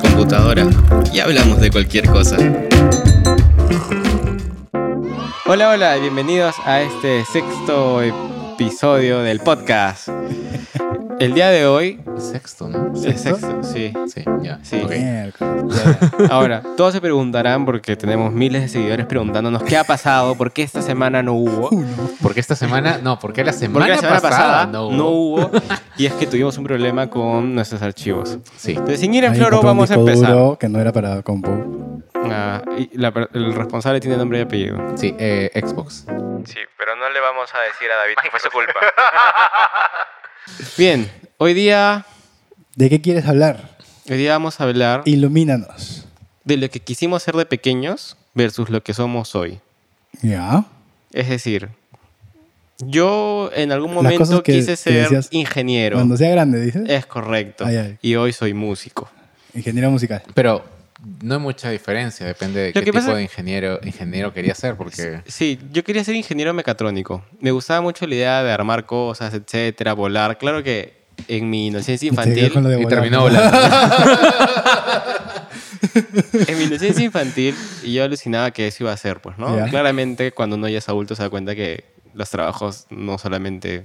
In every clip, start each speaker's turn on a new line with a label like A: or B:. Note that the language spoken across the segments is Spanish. A: computadora y hablamos de cualquier cosa.
B: Hola, hola, y bienvenidos a este sexto episodio del podcast. El día de hoy
C: Sexto, ¿no?
B: es
D: ¿Sexto?
B: sexto, sí.
C: Sí, ya.
B: Sí. Eh.
C: Ok.
D: Miércoles.
B: Ahora, todos se preguntarán porque tenemos miles de seguidores preguntándonos qué ha pasado, por qué esta semana no hubo.
C: Porque esta semana, no, porque la semana,
B: Porque la semana pasada,
C: no hubo.
B: no hubo. Y es que tuvimos un problema con nuestros archivos.
C: Sí.
B: Entonces, sin ir en
D: Ahí
B: floro,
D: encontré un
B: vamos a
D: disco
B: empezar.
D: duro que no era para compu.
B: Ah, y la per- el responsable tiene nombre y apellido.
C: Sí, eh, Xbox.
B: Sí, pero no le vamos a decir a David que fue su culpa. Bien, hoy día,
D: ¿De qué quieres hablar?
B: hoy día vamos a hablar
D: Ilumínanos.
B: de lo que quisimos ser de pequeños versus lo que somos hoy.
D: Ya.
B: Es decir, yo en algún
D: Las
B: momento
D: cosas que-
B: quise
D: que
B: ser
D: decías
B: ingeniero. Eh.
D: Cuando sea grande, dices.
B: Es correcto.
D: Ay, ay.
B: Y hoy soy músico.
D: Ingeniero musical.
C: Pero no hay mucha diferencia, depende de
B: Lo
C: qué
B: que
C: tipo
B: pasa-
C: de ingeniero, ingeniero quería ser, porque...
B: Sí, yo quería ser ingeniero mecatrónico. Me gustaba mucho la idea de armar cosas, etcétera, volar. Claro que en mi inocencia
D: Y te quedas
B: infantil,
D: con lo de
C: Y
D: volar.
C: terminó volando.
B: en mi inocencia infantil, yo alucinaba que eso iba a ser, pues, ¿no?
D: Ya.
B: Claramente, cuando uno ya es adulto se da cuenta que los trabajos no solamente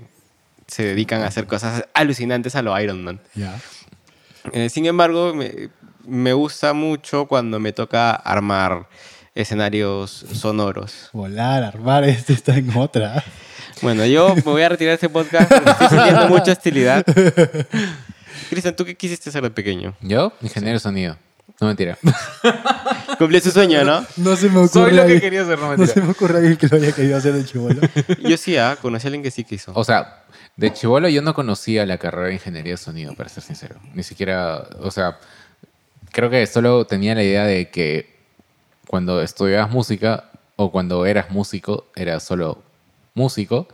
B: se dedican a hacer cosas alucinantes a lo Iron Man.
D: Ya.
B: Eh, sin embargo, me, me gusta mucho cuando me toca armar escenarios sonoros.
D: Volar, armar, este está en otra.
B: Bueno, yo me voy a retirar de este podcast porque estoy sintiendo mucha hostilidad. Cristian, ¿tú qué quisiste ser de pequeño?
C: Yo, ingeniero de sonido. No mentira.
B: Cumplí su sueño, ¿no?
D: No se me ocurre.
C: Soy lo que
D: alguien-
C: quería ser, no
D: No se
C: mentira.
D: me ocurre alguien que lo haya querido hacer de chivolo.
B: Yo sí, ah, conocí a alguien que sí quiso.
C: O sea, de chivolo yo no conocía la carrera de ingeniería de sonido, para ser sincero. Ni siquiera, o sea, creo que solo tenía la idea de que cuando estudiabas música o cuando eras músico, eras solo músico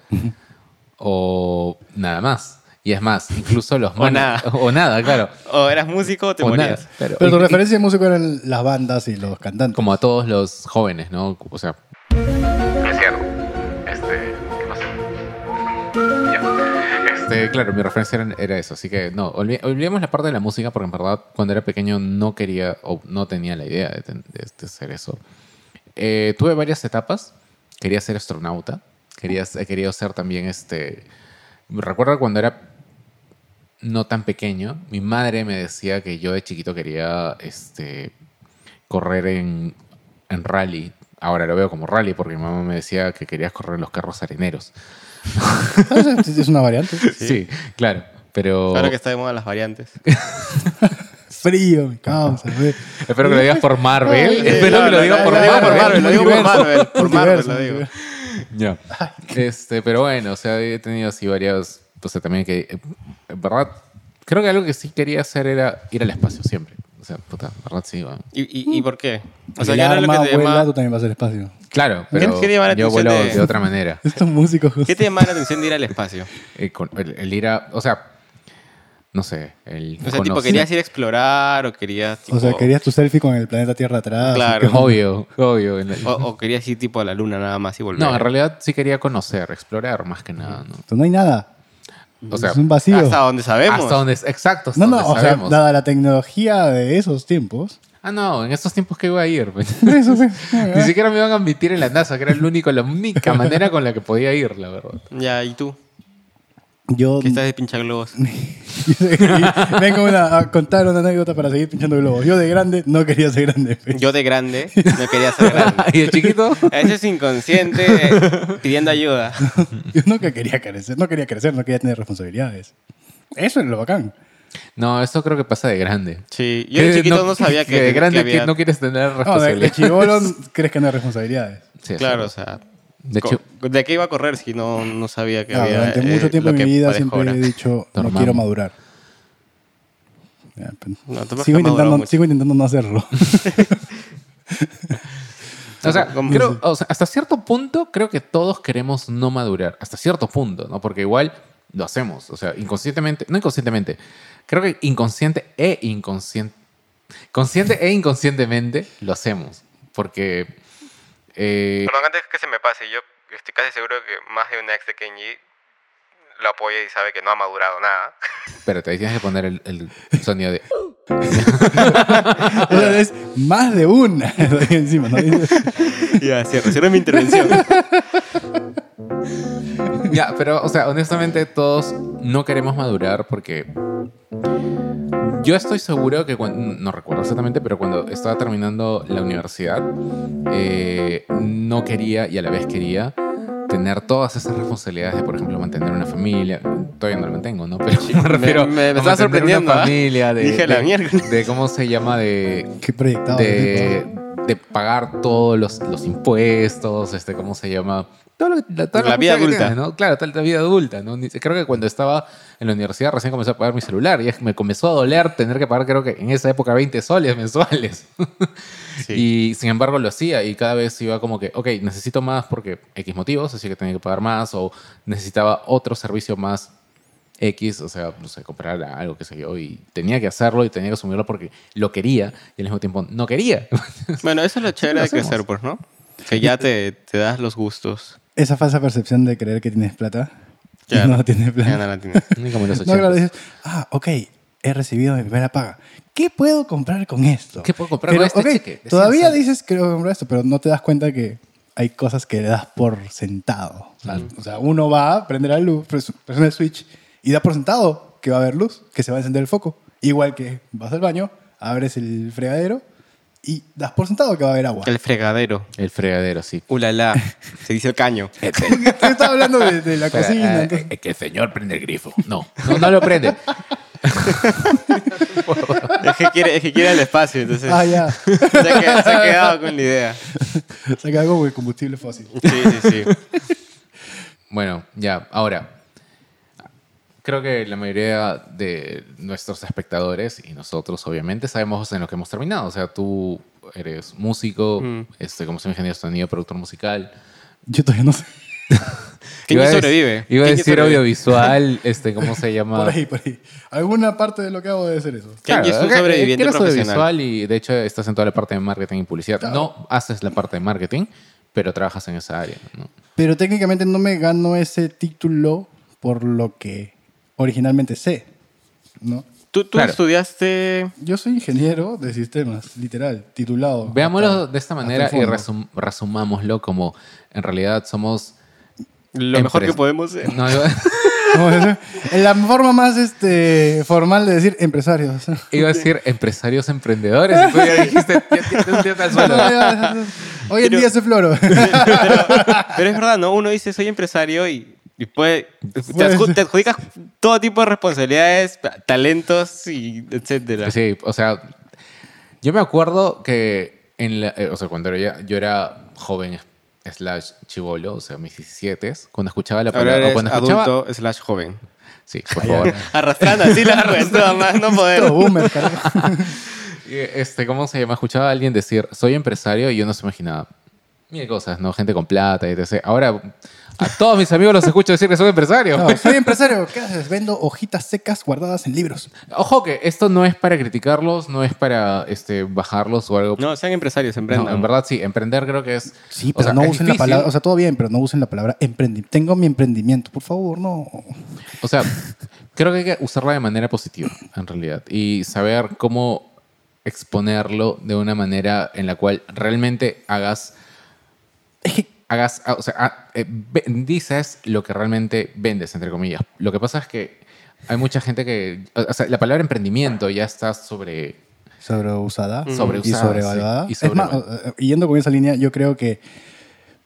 C: o nada más. Y es más, incluso los...
B: O
C: man-
B: nada.
C: O nada, claro.
B: O eras músico o te
C: O
B: morías.
C: nada, claro.
D: Pero
C: Y-
D: tu
C: y-
D: referencia de músico eran las bandas y los cantantes.
C: como a todos los jóvenes, ¿no? O sea, este, claro, mi referencia era, era eso, así que no, olvi- olvidemos la parte de la música porque en verdad cuando era pequeño no quería o no tenía la idea de, ten- de- de hacer eso. Eh, tuve varias etapas, quería ser astronauta, quería, he querido ser también este... Recuerdo cuando era no tan pequeño, mi madre me decía que yo de chiquito quería este, correr en, en rally. Ahora lo veo como rally porque mi mamá me decía que querías correr en los carros areneros.
D: Es es una variante.
C: Sí, claro. Pero
B: Ahora que está de moda las variantes.
D: Frío, mi causa. Eh, fe.
C: espero que lo digas por Marvel.
D: Ay,
C: espero que lo
D: no,
C: digas
D: no,
C: por
D: no, no,
C: Marvel.
D: no, no,
B: lo digo por Marvel, por Marvel,
D: Multiverso,
B: lo digo.
D: multiverso.
C: Ya. Este, pero bueno, o sea, he tenido así varios. O sea, también que. eh, En verdad, creo que algo que sí quería hacer era ir al espacio siempre. O sea, puta, en verdad sí. bueno.
B: ¿Y, y, y por qué? O sea,
D: El
B: ya no es lo
D: arma
B: que te
D: vuela,
B: llama...
D: tú también vas al espacio.
C: Claro,
B: ¿Qué-
C: pero
B: qué te llama la
C: yo
B: atención
C: vuelo
B: de-
C: de otra manera.
D: Estos músicos.
B: ¿Qué te llama la atención de ir al espacio?
C: Eh, con- el, el ir a. O sea, no sé. El
B: O sea, tipo,
C: conocer-
B: ¿querías ir a explorar o querías...
D: O sea,
B: tipo,
D: querías tu selfie con el planeta Tierra atrás.
B: Claro.
D: así que-
C: Obvio, obvio. en la-
B: O, o querías ir tipo a la luna nada más y volver.
C: No, en realidad sí quería conocer, explorar más que nada. ¿no?
D: No hay nada.
C: O sea,
D: es un vacío.
B: Hasta donde sabemos.
C: hasta donde es exacto, hasta
D: No, no,
C: donde
D: o sea,
C: sabemos.
D: dada la tecnología de esos tiempos.
C: ah, no, en estos tiempos que iba a ir. pues.
D: Eso sí.
C: Ni siquiera me iban a admitir en la NASA, que era el único, la única manera con la que podía ir, la verdad.
B: Ya, ¿y tú?
D: Yo
B: Que estás de pincha globos.
D: vengo una- a contar una anécdota para seguir pinchando globos. Yo de grande no quería ser grande. fe.
B: Yo de grande no quería ser grande.
C: ¿Y el chiquito?
B: Eso es inconsciente eh, pidiendo ayuda.
D: Yo nunca quería crecer, no quería crecer, no quería tener responsabilidades. Eso es lo bacán.
C: No, eso creo que pasa de grande.
B: Sí, yo de
C: Que
B: chiquito no, sabía que,
C: de grande
B: que había-
C: que no quieres tener
D: No, de, de
C: responsabilidad.
D: chibolo crees que no hay responsabilidades.
C: Sí,
B: Claro, o
C: sí.
B: sea...
C: De
B: co-
C: hecho,
B: ¿De qué iba a correr si no, no sabía que
D: No,
B: había...
D: durante
B: eh,
D: mucho tiempo
B: lo
D: en mi
B: que
D: vida
B: parezco
D: siempre
B: ahora?
D: he dicho, no
C: Normal.
D: quiero madurar. Ya, pero
B: No, tú has
D: sigo,
B: madurado
D: intentando,
B: mucho.
D: sigo intentando no hacerlo.
C: o sea,
B: ¿Cómo?
C: creo- o sea, hasta cierto punto creo que todos queremos no madurar. Hasta cierto punto, ¿no? Porque igual lo hacemos. O sea, inconscientemente, no inconscientemente. Creo que inconsciente e inconsciente. Consciente e inconscientemente lo hacemos. Porque. eh,
E: Perdón, antes que se me pase, yo estoy casi seguro que más de una ex de Kenji lo apoya y sabe que no ha madurado nada.
C: Espérate, ahí tienes que poner el, el sonido de.
D: O sea, es más de una. Encima, ¿no?
B: Ya, cierro, cierro mi intervención.
C: Ya, pero, o sea, honestamente, todos no queremos madurar porque. Yo estoy seguro que cuando. No recuerdo exactamente, pero cuando estaba terminando la universidad, eh, no quería y a la vez quería tener todas esas responsabilidades de, por ejemplo, mantener una familia. Todavía no la mantengo, ¿no? Pero me refiero.
B: me- me
C: a
B: estaba
C: mantener
B: sorprendiendo,
C: Una
B: ¿ah?
C: familia de.
B: Dije,
C: de-
B: "La mierda".
C: de ¿Cómo se llama? De
D: Qué proyectado.
C: de, de pagar todos los, los impuestos, este, ¿cómo se llama? Todo lo- toda
B: La vida
C: responsabilidad que
B: adulta.
C: tienes, ¿no? Claro, toda la vida adulta, ¿no? Ni- Creo que cuando estaba en la universidad recién comencé a pagar mi celular y es que me comenzó a doler tener que pagar, creo que en esa época, 20 soles mensuales. Y sin embargo lo hacía y cada vez iba como que, ok, necesito más porque X motivos, así que tenía que pagar más o necesitaba otro servicio más X, o sea, no sé, comprar algo, qué sé yo, y tenía que hacerlo y tenía que asumirlo porque lo quería y al mismo tiempo no quería.
B: Bueno, eso es lo chévere
C: lo
B: de crecer,
C: hacemos.
B: pues, ¿no? Que ya te, te das los gustos.
D: Esa falsa percepción de creer que tienes plata. y
B: Claro.
D: No tienes
B: Ya
D: plata.
B: no la tienes.
C: Ni como en los
D: No, claro,
C: 80.
D: dices, ah, ok, he recibido mi primera paga. ¿Qué puedo comprar con esto?
C: ¿Qué puedo comprar con este
D: ok,
C: cheque? Decía
D: Todavía
C: Sandra.
D: dices que puedo comprar esto, pero no te das cuenta que hay cosas que le das por sentado. O sea, o sea, uno va a prender la luz, pres- presiona el switch y da por sentado que va a haber luz, que se va a encender el foco. Igual que vas al baño, abres el fregadero y das por sentado que va a haber agua.
B: El fregadero.
C: El fregadero, sí.
B: Ulala. Se dice el caño.
D: Yo estaba hablando de, de la
C: Espera,
D: cocina.
C: eh,
D: entonces-
C: eh, que el señor prende el grifo. No, no, no lo prende.
B: Es que quiere, es que quiere el espacio, entonces.
C: eh,
D: Ah, ya.
B: Se, ha que- se ha quedado con la idea.
D: Saca algo con el combustible fósil.
B: Sí, sí, sí.
C: Bueno, ya, ahora. Creo que la mayoría de nuestros espectadores y nosotros, obviamente, sabemos en lo que hemos terminado. O sea, tú eres músico, este, como se llama ingeniero de sonido, productor musical.
D: Yo todavía no sé.
B: ¿Quién
C: Iba a
B: que
C: dec-
B: sobrevive?
C: Iba a
B: ¿Quién que
C: decir
B: sobrevive?
C: audiovisual, este, ¿cómo se llama?
D: Por ahí, por ahí. Alguna parte de lo que hago debe ser eso.
B: ¿Quién es un
C: acá, eh,
B: sobreviviente
C: que eres
B: profesional?
C: audiovisual y de hecho estás en toda la parte de marketing y publicidad. No haces la parte de marketing, pero trabajas en esa área. ¿no?
D: Pero técnicamente no me gano ese título por lo que originalmente sé. ¿no?
B: Tú, tú
C: Claro.
B: estudiaste.
D: Yo soy ingeniero de sistemas, literal, titulado.
C: Veámoslo
D: Hasta-
C: de esta
D: hasta
C: manera
D: el
C: y
D: fondo.
C: resum- resumámoslo como en realidad somos...
B: Lo mejor
C: Empresa.
B: que podemos eh. ser.
C: no, iba,
D: No, es- La forma más este, formal de decir empresarios.
C: iba a decir empresarios emprendedores. y tú ya dijiste, ya tienes un tío al suelo.
D: Hoy en
B: Pero-
D: día se floro.
B: Pero es verdad, ¿no? Uno dice, soy empresario y, y puede, te,
D: Puede
B: adju-
D: ser.
B: te adjudicas todo tipo de responsabilidades, talentos y etcétera.
C: Pues Sí, o sea, yo me acuerdo que en la- eh, o sea, cuando era ya- yo era joven slash chivolo, o sea, mis 17, cuando escuchaba la
B: Ahora
C: palabra... o
B: eres
C: cuando escuchaba-
B: adulto slash joven.
C: Sí, por favor.
B: Arrastrando así la cuenta, más no
D: Todo
B: poder.
D: boomer, carajo.
C: Y, Este, ¿Cómo se llama? Escuchaba a alguien decir, soy empresario y yo no se imaginaba mil cosas, ¿no? Gente con plata, etc. Ahora, a todos mis amigos los escucho decir que soy empresario.
D: No, soy empresario. ¿Qué haces? Vendo hojitas secas guardadas en libros.
C: Ojo que esto no es para criticarlos, no es para este, bajarlos o algo.
B: No, sean empresarios,
C: No,
B: emprendan.
C: en verdad sí, emprender creo que es...
D: Sí,
C: o
D: pero
C: sea,
D: no
C: es
D: usen la
C: difícil.
D: palabra, o sea, todo bien, pero no usen la palabra emprendimiento. Tengo mi emprendimiento, por favor, no.
C: O sea, creo que hay que usarla de manera positiva, en realidad, y saber cómo exponerlo de una manera en la cual realmente hagas, hagas, o sea, ah, eh, ve- dices lo que realmente vendes, entre comillas. Lo que pasa es que hay mucha gente que, o o sea, la palabra emprendimiento ya está sobre,
D: Sobreusada, y
C: Sobreusada,
D: sobrevaluada.
C: sí, y
D: es más,
C: sobrevaluada.
D: eh, yendo con esa línea, yo creo que,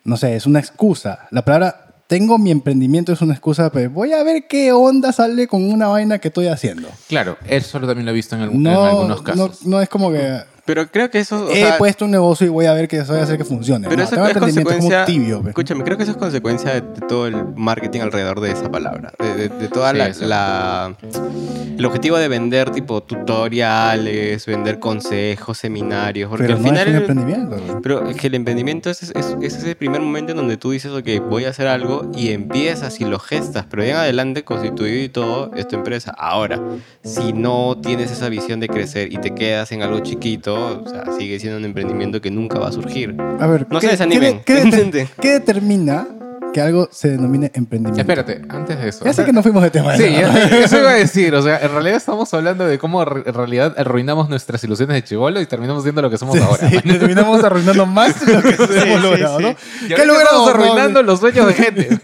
D: no sé, es una excusa. La palabra tengo mi emprendimiento es una excusa, pero voy a ver qué onda sale con una vaina que estoy haciendo.
C: claro, eso lo- también lo he visto en, algún- en
D: No,
C: algunos casos.
D: no, no es como que
B: Pero creo que eso. o
D: he
B: sea,
D: puesto un negocio y voy a ver qué voy a hacer que funcione.
B: pero
D: Eh, pues, No,
B: eso
D: tengo
B: es
D: emprendimiento, es como
B: consecuencia.
D: tibio. pues. pe.
B: escúchame, creo que eso es consecuencia de, de todo el marketing alrededor de esa palabra. De, de- de toda
C: Sí,
B: la,
C: eso.
B: la- El objetivo de vender, tipo, tutoriales, vender consejos, seminarios. Porque
D: pero
B: al
D: no
B: final.
D: es un emprendimiento. pe.
B: Pero es que el emprendimiento es, es, es ese primer momento en donde tú dices, ok, voy a hacer algo y empiezas y lo gestas, pero ya en adelante constituido y todo es tu empresa. Ahora, si no tienes esa visión de crecer y te quedas en algo chiquito, o sea, sigue siendo un emprendimiento que nunca va a surgir.
D: A ver,
B: No
D: ¿qué-
B: se desanimen,
D: ¿qué, de- qué de-
B: intenten.
D: qué determina que algo se denomine emprendimiento.
C: Espérate, antes de eso.
D: Ya sé que no fuimos de tema.
C: Sí,
D: ¿no?
C: ya- eso iba a decir. O sea, en realidad estamos hablando de cómo re- en realidad arruinamos nuestras ilusiones de chivolo y terminamos siendo lo que somos
D: Sí,
C: ahora.
D: sí, terminamos arruinando más lo que hemos logrado, ¿no?
C: Y
D: ¿Qué
C: ahorita
D: logramos
C: estamos arruinando los sueños de gente.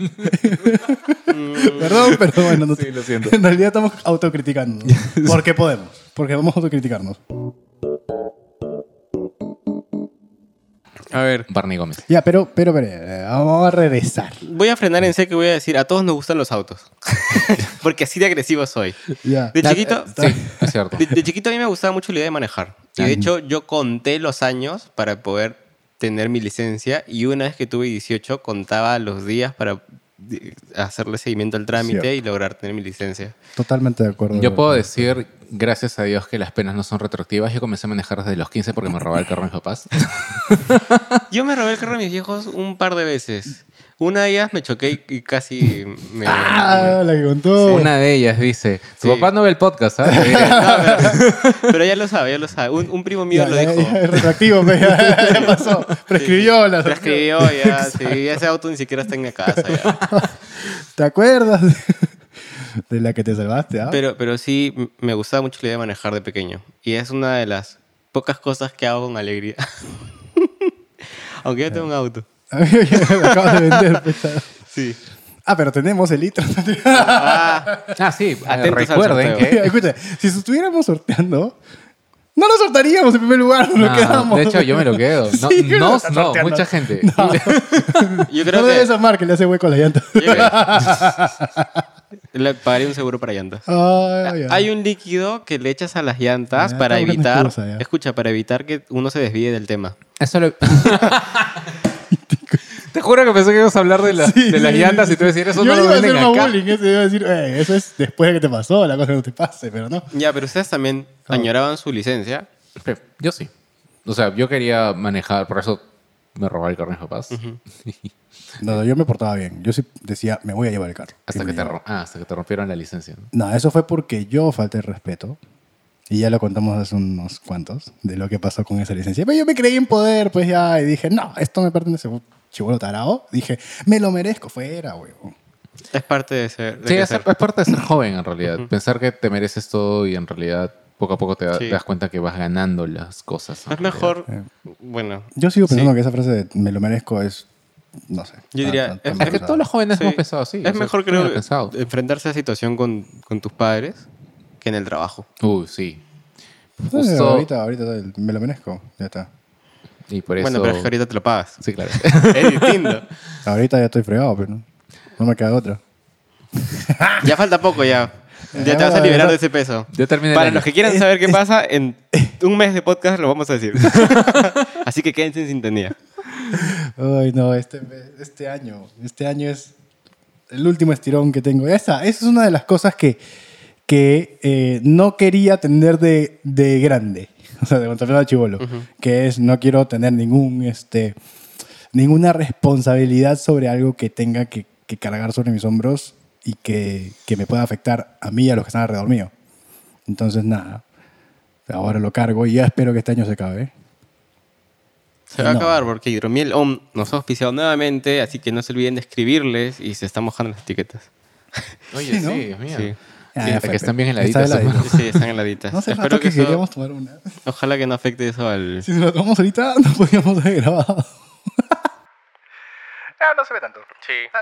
D: Perdón, pero bueno, no-
C: Sí, lo siento.
D: en realidad estamos autocriticando. Porque podemos, porque vamos a autocriticarnos.
B: A ver.
C: Barney Gómez.
D: Ya, pero, pero, pero, eh, vamos a regresar.
B: Voy a frenar en seco y voy a decir, a todos nos gustan los autos. Porque así de agresivo soy.
D: Ya. eh,
B: De chiquito,
C: Sí, es cierto.
B: de, de chiquito a mí me gustaba mucho la idea de manejar. Y de hecho yo conté los años para poder tener mi licencia y una vez que tuve 18 contaba los días para de- hacerle seguimiento al trámite
D: Cierto.
B: y lograr tener mi licencia.
D: Totalmente de acuerdo.
C: Yo puedo decir, gracias a Dios, que las penas no son retroactivas. Yo comencé a manejar desde los 15 porque me robaba el carro de mis papás.
B: Yo me robé el carro de mis viejos un par de veces. Una de ellas me choqué y y casi me...
D: Ah, la que contó.
C: Una de ellas dice, tu
B: Sí.
C: papá no ve el podcast, ¿ah?" ¿sabes?
B: No, pero, pero ya lo sabe, ya lo sabe. Un, un primo mío
D: Ya,
B: lo
D: ya,
B: dijo.
D: ya, es retroactivo, pe, ya, ya pasó. Prescribió la
B: Prescribió ya, sí, ese auto ni siquiera está en mi casa ya.
D: ¿Te acuerdas de la que te salvaste? ah?
B: Pero, pero sí, m- me gustaba mucho la idea de manejar de pequeño. Y es una de las pocas cosas que hago con alegría. Aunque yo tengo un auto.
D: Me acabas de vender. pe, chao.
B: Sí.
D: Ah, pero tenemos el litro.
B: Ah,
C: ah, sí,
B: Atentos al
C: recuerden
B: sorteo.
C: que...
D: Escucha, si estuviéramos sorteando, no nos sortaríamos en primer lugar, nos
C: No,
D: quedamos.
C: de hecho, yo me lo quedo. No,
D: Sí, que
C: no,
D: nos
C: no,
D: sortean,
C: mucha gente.
D: No,
B: yo creo
D: no
B: que...
D: debes amar que le hace hueco a la llanta.
B: yo creo que- le pagaré un seguro para llantas.
D: Ah, ya.
B: Hay un líquido que le echas a las llantas
D: Ya,
B: para
D: está buscando
B: evitar...
D: excusa, ya.
B: escucha, para evitar que uno se desvíe del tema.
C: Eso lo... Te juro que pensé que ibas a hablar de, la-
D: Sí,
C: de las
D: sí,
C: llantas
D: sí,
C: y tú decir eso
D: Yo
C: no
D: le
C: lo
D: iba a hacer
C: venden
D: más
C: acá.
D: bullying, ese iba a decir, "Eh, eso es después de que te pasó, la cosa no te pase, pero no.
B: Ya, pero ustedes también
D: Ah.
B: añoraban su licencia.
C: Pero Yo sí. O sea, yo quería manejar, por eso me robaba el carnet de mis papás.
D: No, no, yo me portaba bien. Yo sí decía, me voy a llevar el carro.
C: Hasta
D: Y
C: que
D: me
C: te
D: llevaba.
C: ro- ah, hasta que te rompieron la licencia. ¿no?
D: No, eso fue porque yo falté el respeto. Y ya lo contamos hace unos cuantos de lo que pasó con esa licencia. Pero yo me creí en poder, pues ya, y dije, no, esto me pertenece. Chivolo tarao. Dije, me lo merezco, fuera, huevón.
B: Es parte de ser. de
C: Sí, es,
B: crecer.
C: es parte de ser joven en realidad. Pensar que te mereces todo y en realidad poco a poco te, da-
B: Sí.
C: te das cuenta que vas ganando las cosas. en
B: Es
C: realidad.
B: mejor.
D: eh.
B: Bueno,
D: Yo sigo pensando que esa frase de me lo merezco es, no sé.
B: Yo
D: tan-
B: diría,
D: tan-
B: es-
D: tan
B: es
C: Es que
D: pesada.
C: todos los jóvenes
B: sí.
C: hemos pensado así. o
B: es
C: sea,
B: mejor,
C: yo también
B: creo, eh,
C: lo he pensado.
B: enfrentarse a esa situación con, con tus padres que en el trabajo.
C: Uy, sí.
D: Sí,
C: Justo-
D: ahorita, ahorita me lo merezco, ya está.
C: Y por eso...
B: Bueno, pero es que ahorita te lo pagas.
C: Sí, claro.
B: Es distinto.
D: Ahorita ya estoy fregado, pero no, no me queda otra.
B: Ya falta poco, ya. Ya
D: Ya,
B: te vas a
D: ya.
B: liberar de ese peso.
C: Yo terminé el
B: Para
C: año.
B: los que quieran saber qué pasa, en un mes de podcast lo vamos a decir. Así que quédense en sintonía.
D: Ay, no, este, este año, este año es el último estirón que tengo. Esa, esa es una de las cosas que, que eh, no quería tener de, de grande, o sea, de contratado a chivolo, que es no quiero tener ningún, este, ninguna responsabilidad sobre algo que tenga que, que cargar sobre mis hombros y que, que me pueda afectar a mí y a los que están alrededor mío. Entonces, nada, ahora lo cargo y ya espero que este año se acabe.
B: Se va
D: No.
B: a acabar porque Hidromiel OM nos ha auspiciado nuevamente, así que no se olviden de escribirles y se están mojando las etiquetas.
C: Oye, sí,
D: Sí, ¿no?
C: Dios mío.
B: Sí.
C: Sí,
D: Ah, ya
C: hasta
D: fue,
C: que
D: pe.
C: están bien
D: Está
C: heladitas.
D: heladito.
C: supongo.
B: Sí, están heladitas.
D: No sé,
B: Espero
D: rato que,
B: que eso-
D: queríamos tomar una.
B: Ojalá que no afecte eso al...
D: Si nos la tomamos ahorita, no podíamos haber grabado.
E: Ah, No, no se ve tanto. Ah,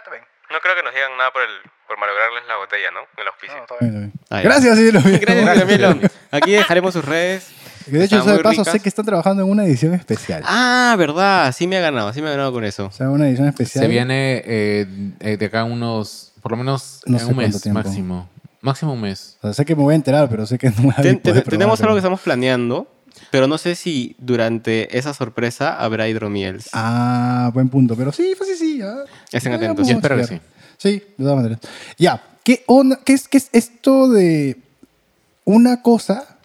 E: Sí. No creo que nos digan nada por, el, por malograrles la botella, ¿no? El auspicio.
D: Bueno,
B: Ah, ya.
D: Gracias, Hidro Miel.
B: Gracias,
D: Gracias.
B: Camilo. Aquí dejaremos sus redes.
D: Que De hecho,
B: Están
D: eso de
B: muy
D: paso,
B: ricas.
D: sé que están trabajando en una edición especial.
B: Ah, verdad. Sí me ha ganado, sí me ha ganado con eso.
D: O sea, una edición especial.
C: Se viene eh, eh, de acá unos, por lo menos
D: No
C: en
D: sé
C: un mes
D: cuánto tiempo.
C: máximo. Máximo un mes.
D: O sea, sé que me voy a enterar, pero sé que no voy a
B: Ten- ten-
D: poder probar,
B: tenemos
D: pero-
B: algo que estamos planeando, pero no sé si durante esa sorpresa habrá hidromiels.
D: Ah, buen punto. Pero sí, pues sí, sí. ah,
B: Estén
D: ya
B: atentos.
D: vamos
B: Yo
D: a
C: espero que
D: estudiar. Sí, de todas maneras. Ya, ¿qué, onda- qué es, ¿qué es esto de una cosa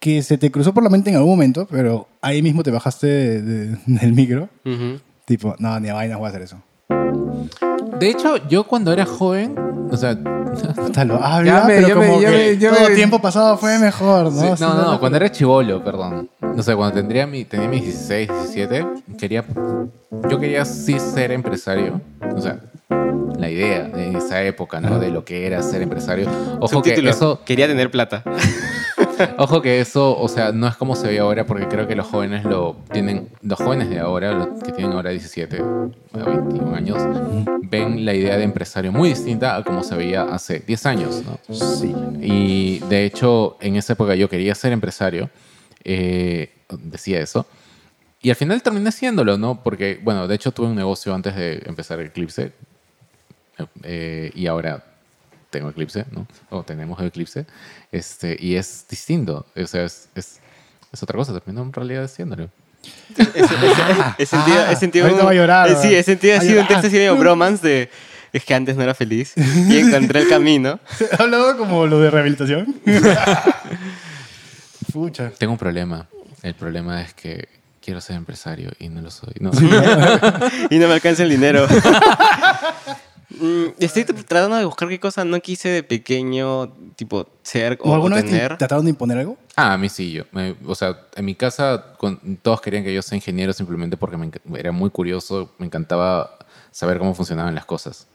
D: que se te cruzó por la mente en algún momento, pero ahí mismo te bajaste de- de- del micro?
B: Ujú.
D: Tipo, no, ni a vainas voy a hacer eso.
C: De hecho, yo cuando era joven, o sea,
D: Puta, lo habla,
C: Ya me-
D: pero
C: ya me-
D: como
C: ya
D: que
C: me- ya
D: todo
C: me-
D: tiempo pasado fue mejor, ¿no?
C: Sí,
D: Sí,
C: no, no,
D: no,
C: cuando era chivolo, perdón. No sé, cuando tendría mi, tenía mis 16, 17, quería, yo quería sí ser empresario. O sea, la idea en esa época, ¿no? De lo que era ser empresario. Ojo que
B: Subtítulo,
C: eso,
B: quería tener plata.
C: ojo que eso, o sea, no es como se ve ahora porque creo que los jóvenes lo tienen, los jóvenes de ahora, los que tienen ahora 17 a 21 años, ven la idea de empresario muy distinta a como se veía hace 10 años, ¿no?
D: Sí.
C: Y de hecho, en esa época yo quería ser empresario. eh, decía eso. Y al final terminé siéndolo, ¿no? Porque, bueno, de hecho tuve un negocio antes de empezar Eclipse. eh, y ahora tengo Eclipse, ¿no? O tenemos Eclipse. Este, y es distinto. O sea, es, es, es otra cosa. Terminó en realidad siéndolo.
B: He sentido,
D: Ah,
B: he sentido
D: ahorita
B: un-
D: va a llorar,
B: eh, sí,
D: va.
B: he sentido
D: Va a
B: así un
D: llorar. Ah.
B: texto así medio bromance de... Es que antes no era feliz y encontré el camino.
D: ¿Ha hablado como lo de rehabilitación? Pucha.
C: Tengo un problema. El problema es que quiero ser empresario y no lo soy. No.
B: y no me alcanza el dinero. Mm, Estoy tr- tratando de buscar qué cosa no quise de pequeño, tipo, ser
D: ¿O
B: o,
D: alguna vez te
B: tener.
D: trataron de imponer algo?
C: Ah, a mí sí, yo. Me- o sea, en mi casa con- todos querían que yo sea ingeniero simplemente porque me enc- era muy curioso, me encantaba saber cómo funcionaban las cosas.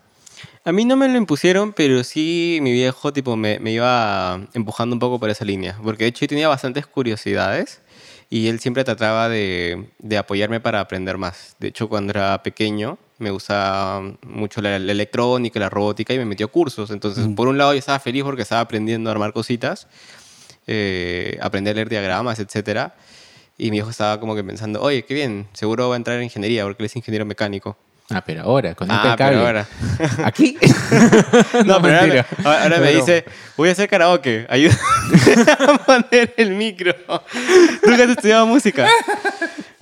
B: A mí no me lo impusieron, pero sí mi viejo, tipo, me, me iba empujando un poco por esa línea. Porque de hecho yo tenía bastantes curiosidades y él siempre trataba de, de apoyarme para aprender más. De hecho, cuando era pequeño, me gustaba mucho la, la electrónica, la robótica y me metió a cursos. Entonces, por un lado, yo estaba feliz porque estaba aprendiendo a armar cositas. eh, aprender a leer diagramas, etcétera. Y mi hijo estaba como que pensando, oye, qué bien, seguro va a entrar en ingeniería porque él es ingeniero mecánico.
C: Ah, pero ahora, con
B: Ah,
C: este
B: pero
C: cable.
B: ahora.
C: Aquí.
B: No, pero ahora,
C: mentira.
B: me- ahora me
C: Pero-
B: dice, voy a hacer karaoke, ayúdame a poner el micro. Nunca has estudiado música.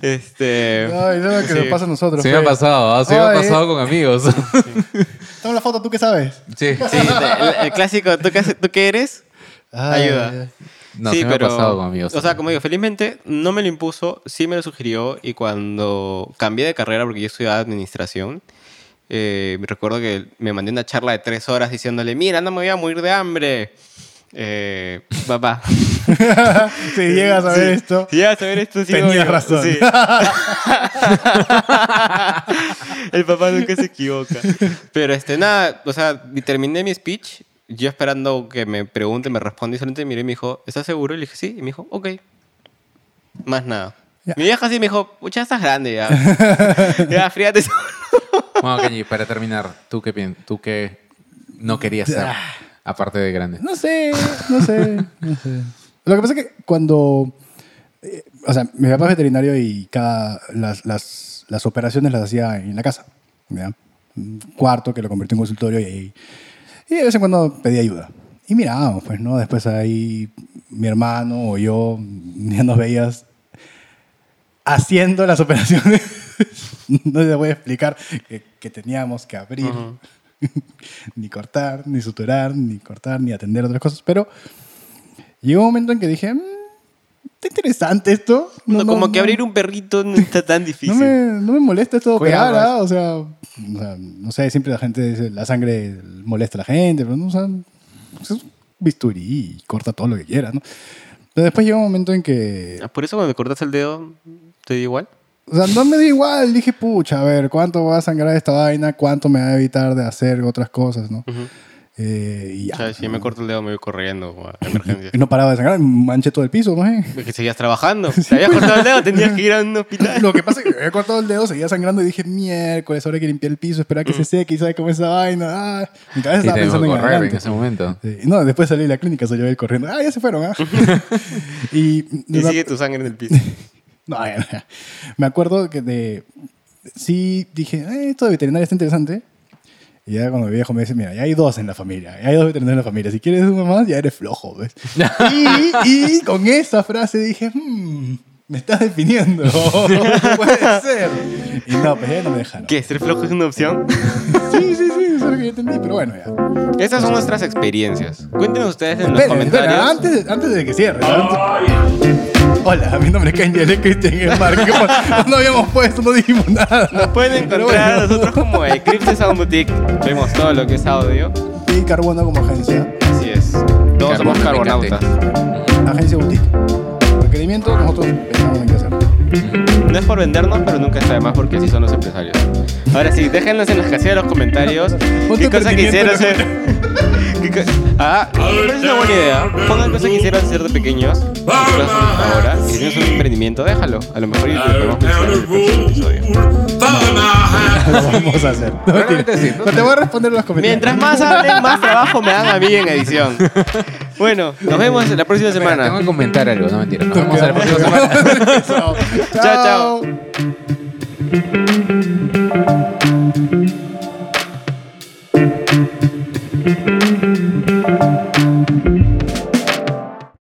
B: Este...
D: Ay, no, que
B: sí.
D: nos pasa a nosotros. pues.
C: Se me ha
D: fe.
C: pasado, ah, se me ha
D: Ay.
C: pasado con amigos.
D: Toma la foto, ¿tú qué sabes?
C: Sí,
B: Sí, el, el clásico, ¿tú qué, haces- tú qué eres?
D: Ay,
B: Ayuda.
D: ay, ay.
C: No, se me ha pasado con amigos.
B: O sea, como digo, felizmente no me lo impuso, sí me lo sugirió y cuando cambié de carrera, porque yo estudiaba administración, eh, recuerdo que me mandé una charla de tres horas diciéndole, mira, no me voy a morir de hambre. Eh, papá.
D: si llegas a ver
B: Sí,
D: esto.
B: Si llegas a ver esto, sí.
D: Tenías
B: obvio,
D: razón.
B: sí. El papá nunca se equivoca. Pero este, nada, o sea, y terminé mi speech, yo esperando que me pregunte, me responda y solamente miré y me dijo, ¿estás seguro? Y le dije, sí. Y me dijo, ok. Más nada.
D: Ya.
B: Mi vieja sí me dijo, pucha, estás grande ya. ya, fríate.
C: Bueno, Kenji, para terminar, ¿tú qué piensas? ¿Tú qué no querías ser? Aparte de grande.
D: Ah. No sé, no sé, no sé. Lo que pasa es que cuando... eh, o sea, mi papá es veterinario y cada, las, las, las operaciones las hacía en la casa. ¿ya? Un cuarto que lo convirtió en consultorio y, ahí- y de vez en cuando pedía ayuda. Y mirábamos, pues, ¿no? Después ahí mi hermano o yo ya nos veías haciendo las operaciones. no les voy a explicar que, que teníamos que abrir ni cortar, ni suturar, ni cortar, ni atender otras cosas. Pero llegó un momento en que dije, "Mm, está interesante esto.
B: No, como que
D: no-
B: abrir un perrito no está tan difícil.
D: no me, no me molesta esto de
C: Cuidado,
D: operar, ¿ah? o, sea, o sea, no sé, siempre la gente dice, la sangre molesta a la gente, pero no, o sea, pues es un bisturí y corta todo lo que quiera, ¿no? Pero después llegó un momento en que
B: Ah, Por eso cuando me cortaste el dedo, te dio igual.
D: o sea, no me da igual. Dije, pucha, a ver, ¿cuánto va a sangrar esta vaina? ¿Cuánto me va a evitar de hacer otras cosas, no? Eh, y ya.
B: o sea, si me corto el dedo me voy corriendo como a emergencia.
D: Y No paraba de sangrar, manché todo el piso, ¿no?
B: Que seguías trabajando. Te habías cortado el dedo, tenías que ir a un hospital.
D: Lo que pasa es que había cortado el dedo, seguía sangrando y dije, miércoles, ahora hay que limpiar el piso, esperar que se seque y sabe cómo es esa vaina. Ah, mi cabeza
C: Sí,
D: estaba
C: te
D: pensando en
C: correr en
D: adelante.
C: ese momento.
D: Sí, No, después salí de la clínica, soy yo él corriendo. Ah, ya se fueron, ¿ah? y
B: Y sigue tu sangre en el piso.
D: No, ya, ya. me acuerdo que de... Sí, dije, "Eh, esto de veterinaria está interesante. Y ya cuando mi viejo me dice, mira, ya hay dos en la familia, ya hay dos veterinarios en la familia, si quieres uno más, ya eres flojo, ¿ves? y, y con esa frase dije, "Mm, me estás definiendo, puede ser. Y no, pues ya no me dejaron.
B: ¿Qué? ¿Ser flojo es una opción?
D: Sí, sí, sí, eso es lo que yo entendí, pero bueno, ya.
B: Esas son nuestras experiencias. Cuéntenos ustedes en los
D: Espera,
B: comentarios.
D: espera, antes, de- antes de que cierre. antes- Hola, mi nombre es Kenji, él es Cristian Germán. ¿Qué pasa? No habíamos puesto, no dijimos nada.
B: Nos pueden
D: Pero
B: encontrar a
D: bueno.
B: nosotros como Eclipse Sound Boutique. Vemos todo lo que es audio.
D: Y Carbono como agencia.
B: Así es. Todos somos
C: Carbono, me
B: carbonautas.
D: agencia boutique. Requerimiento, nosotros pensamos en qué hacer.
B: No es por vendernos, pero nunca está de más porque así son los empresarios. Ahora sí, déjenos en las casillas de los comentarios
D: Pon
B: qué
D: tu
B: cosa quisieran
D: emprendimiento en
B: hacer. ¿Qué co- ah, pero es una buena idea. Pongan cosas que quisieran hacer de pequeños. y cosas Ahora, si tienes un emprendimiento, déjalo. A lo mejor y lo podemos mencionar en el próximo episodio.
D: Lo vamos a hacer. No,
C: Probablemente
D: mentira.
C: sí,
D: No te voy a responder los comentarios.
B: Mientras más hablen, más trabajo me dan a mí en edición. Bueno, nos vemos la próxima
C: Tengo
B: semana.
C: que comentar algo, no mentira. Nos vemos a la próxima semana.
D: chao.
B: Chao, chao.
D: chao.